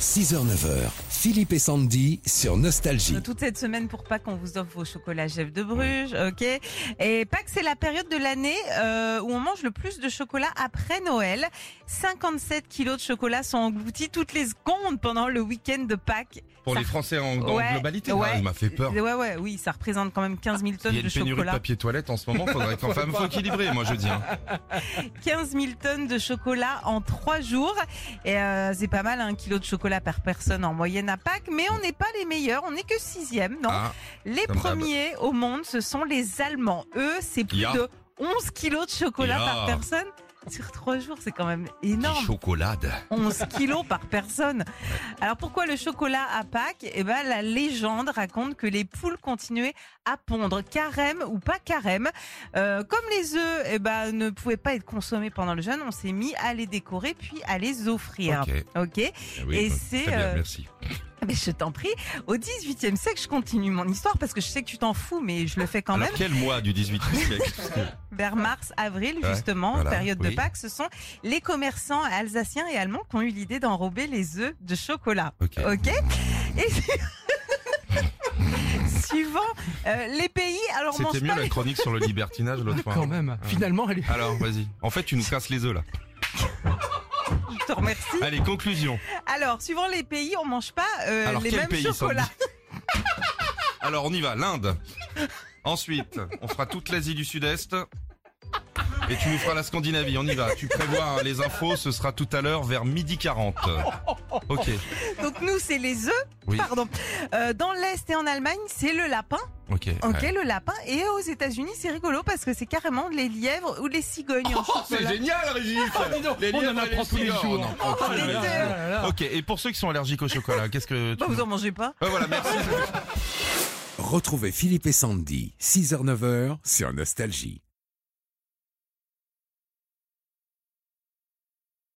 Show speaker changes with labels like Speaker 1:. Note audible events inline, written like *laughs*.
Speaker 1: 6h-9h, Philippe et Sandy sur Nostalgie.
Speaker 2: Euh, Toute cette semaine pour Pâques, on vous offre vos chocolats Jeff de Bruges, ok Et Pâques, c'est la période de l'année euh, où on mange le plus de chocolat après Noël. 57 kilos de chocolat sont engloutis toutes les secondes pendant le week-end de Pâques.
Speaker 3: Pour
Speaker 2: Ça-
Speaker 3: les Français en, en
Speaker 2: Ouais,
Speaker 3: globalité,
Speaker 2: ouais.
Speaker 3: Ah, il m'a fait peur. Ah,
Speaker 2: Ouais, ouais, oui, ça représente quand même 15 000
Speaker 3: Il y
Speaker 2: tonnes
Speaker 3: a
Speaker 2: de
Speaker 3: une pénurie de
Speaker 2: chocolat.
Speaker 3: papier toilette en ce
Speaker 2: *laughs*
Speaker 3: moment, faudrait qu'en femme faut équilibrer, moi je dis. hein.
Speaker 2: 15 000 tonnes de chocolat en trois jours. Et euh, c'est pas mal, un kilo de chocolat par personne en moyenne à Pâques. Mais on n'est pas les meilleurs, on n'est que sixième, non
Speaker 3: Ah,
Speaker 2: Les
Speaker 3: Comme d'hab.
Speaker 2: premiers au monde, ce sont les Allemands. Eux, c'est plus
Speaker 3: Ya.
Speaker 2: de 11 kilos de chocolat
Speaker 3: Ya.
Speaker 2: par personne. Sur trois jours, c'est quand même
Speaker 3: petite
Speaker 2: *laughs* énorme.
Speaker 3: chocolade.
Speaker 2: 11 kilos par personne. Alors pourquoi le chocolat à Pâques Eh ben, la légende raconte que les poules continuaient à pondre, carême ou pas carême. Euh, comme les œufs eh ben, ne pouvaient pas être consommés pendant le jeûne, on s'est mis à les décorer puis à les offrir.
Speaker 3: Ok.
Speaker 2: Ok
Speaker 3: Eh oui,
Speaker 2: Et
Speaker 3: bah,
Speaker 2: c'est,
Speaker 3: très bien,
Speaker 2: euh,
Speaker 3: merci.
Speaker 2: Mais je t'en prie, au 18e siècle, je continue mon histoire parce que je sais que tu t'en fous, mais je le fais quand
Speaker 3: Alors
Speaker 2: même. Euh,
Speaker 3: quel mois
Speaker 2: *laughs*
Speaker 3: du 18 siècle Parce que-
Speaker 2: vers mars, avril,
Speaker 3: Ouais,
Speaker 2: justement,
Speaker 3: voilà,
Speaker 2: période de
Speaker 3: oui.
Speaker 2: Pâques, ce sont les commerçants alsaciens et allemands qui ont eu l'idée d'enrober les œufs de chocolat.
Speaker 3: Ok.
Speaker 2: Ok Et *laughs* suivant euh, les pays, alors on
Speaker 3: C'était
Speaker 2: mange
Speaker 3: mieux
Speaker 2: pas
Speaker 3: la
Speaker 2: les...
Speaker 3: chronique sur le libertinage
Speaker 2: *laughs*
Speaker 3: l'autre fois.
Speaker 4: Quand même. Finalement, elle est...
Speaker 3: Alors vas-y, en fait tu nous casses les œufs là.
Speaker 2: Je te remercie.
Speaker 3: Allez, conclusion.
Speaker 2: Alors, suivant les pays, on mange pas euh,
Speaker 3: Alors
Speaker 2: les
Speaker 3: quel
Speaker 2: mêmes
Speaker 3: pays
Speaker 2: chocolats.
Speaker 3: Sandy *laughs* Alors on y va, l'Inde. Ensuite, on fera toute l'Asie du Sud-Est. Et tu nous feras la Scandinavie, on y va. Tu prévois hein, les infos, ce sera tout à l'heure vers midi 40. Ok.
Speaker 2: Donc nous, c'est les œufs,
Speaker 3: Oui.
Speaker 2: pardon. Euh, dans l'Est et en Allemagne, c'est le lapin.
Speaker 3: Ok.
Speaker 2: Ok,
Speaker 3: ouais.
Speaker 2: le lapin. Et aux États-Unis, c'est rigolo parce que c'est carrément les lièvres ou les cigognes. en chocolat.
Speaker 3: Oh, génial, Régis Les
Speaker 4: Ah, on
Speaker 3: lièvres
Speaker 4: en
Speaker 3: et les
Speaker 4: apprend tous les
Speaker 3: cigars,
Speaker 4: jours.
Speaker 3: on en prend tous les
Speaker 2: les
Speaker 3: jours.
Speaker 2: œufs.
Speaker 3: Ok, et pour ceux qui sont allergiques au chocolat, qu'est-ce que tu...
Speaker 2: Bah, vous en mangez pas
Speaker 3: Ouais, voilà, merci.
Speaker 1: Retrouvez Philippe et Sandy, 6h-9h sur Nostalgie.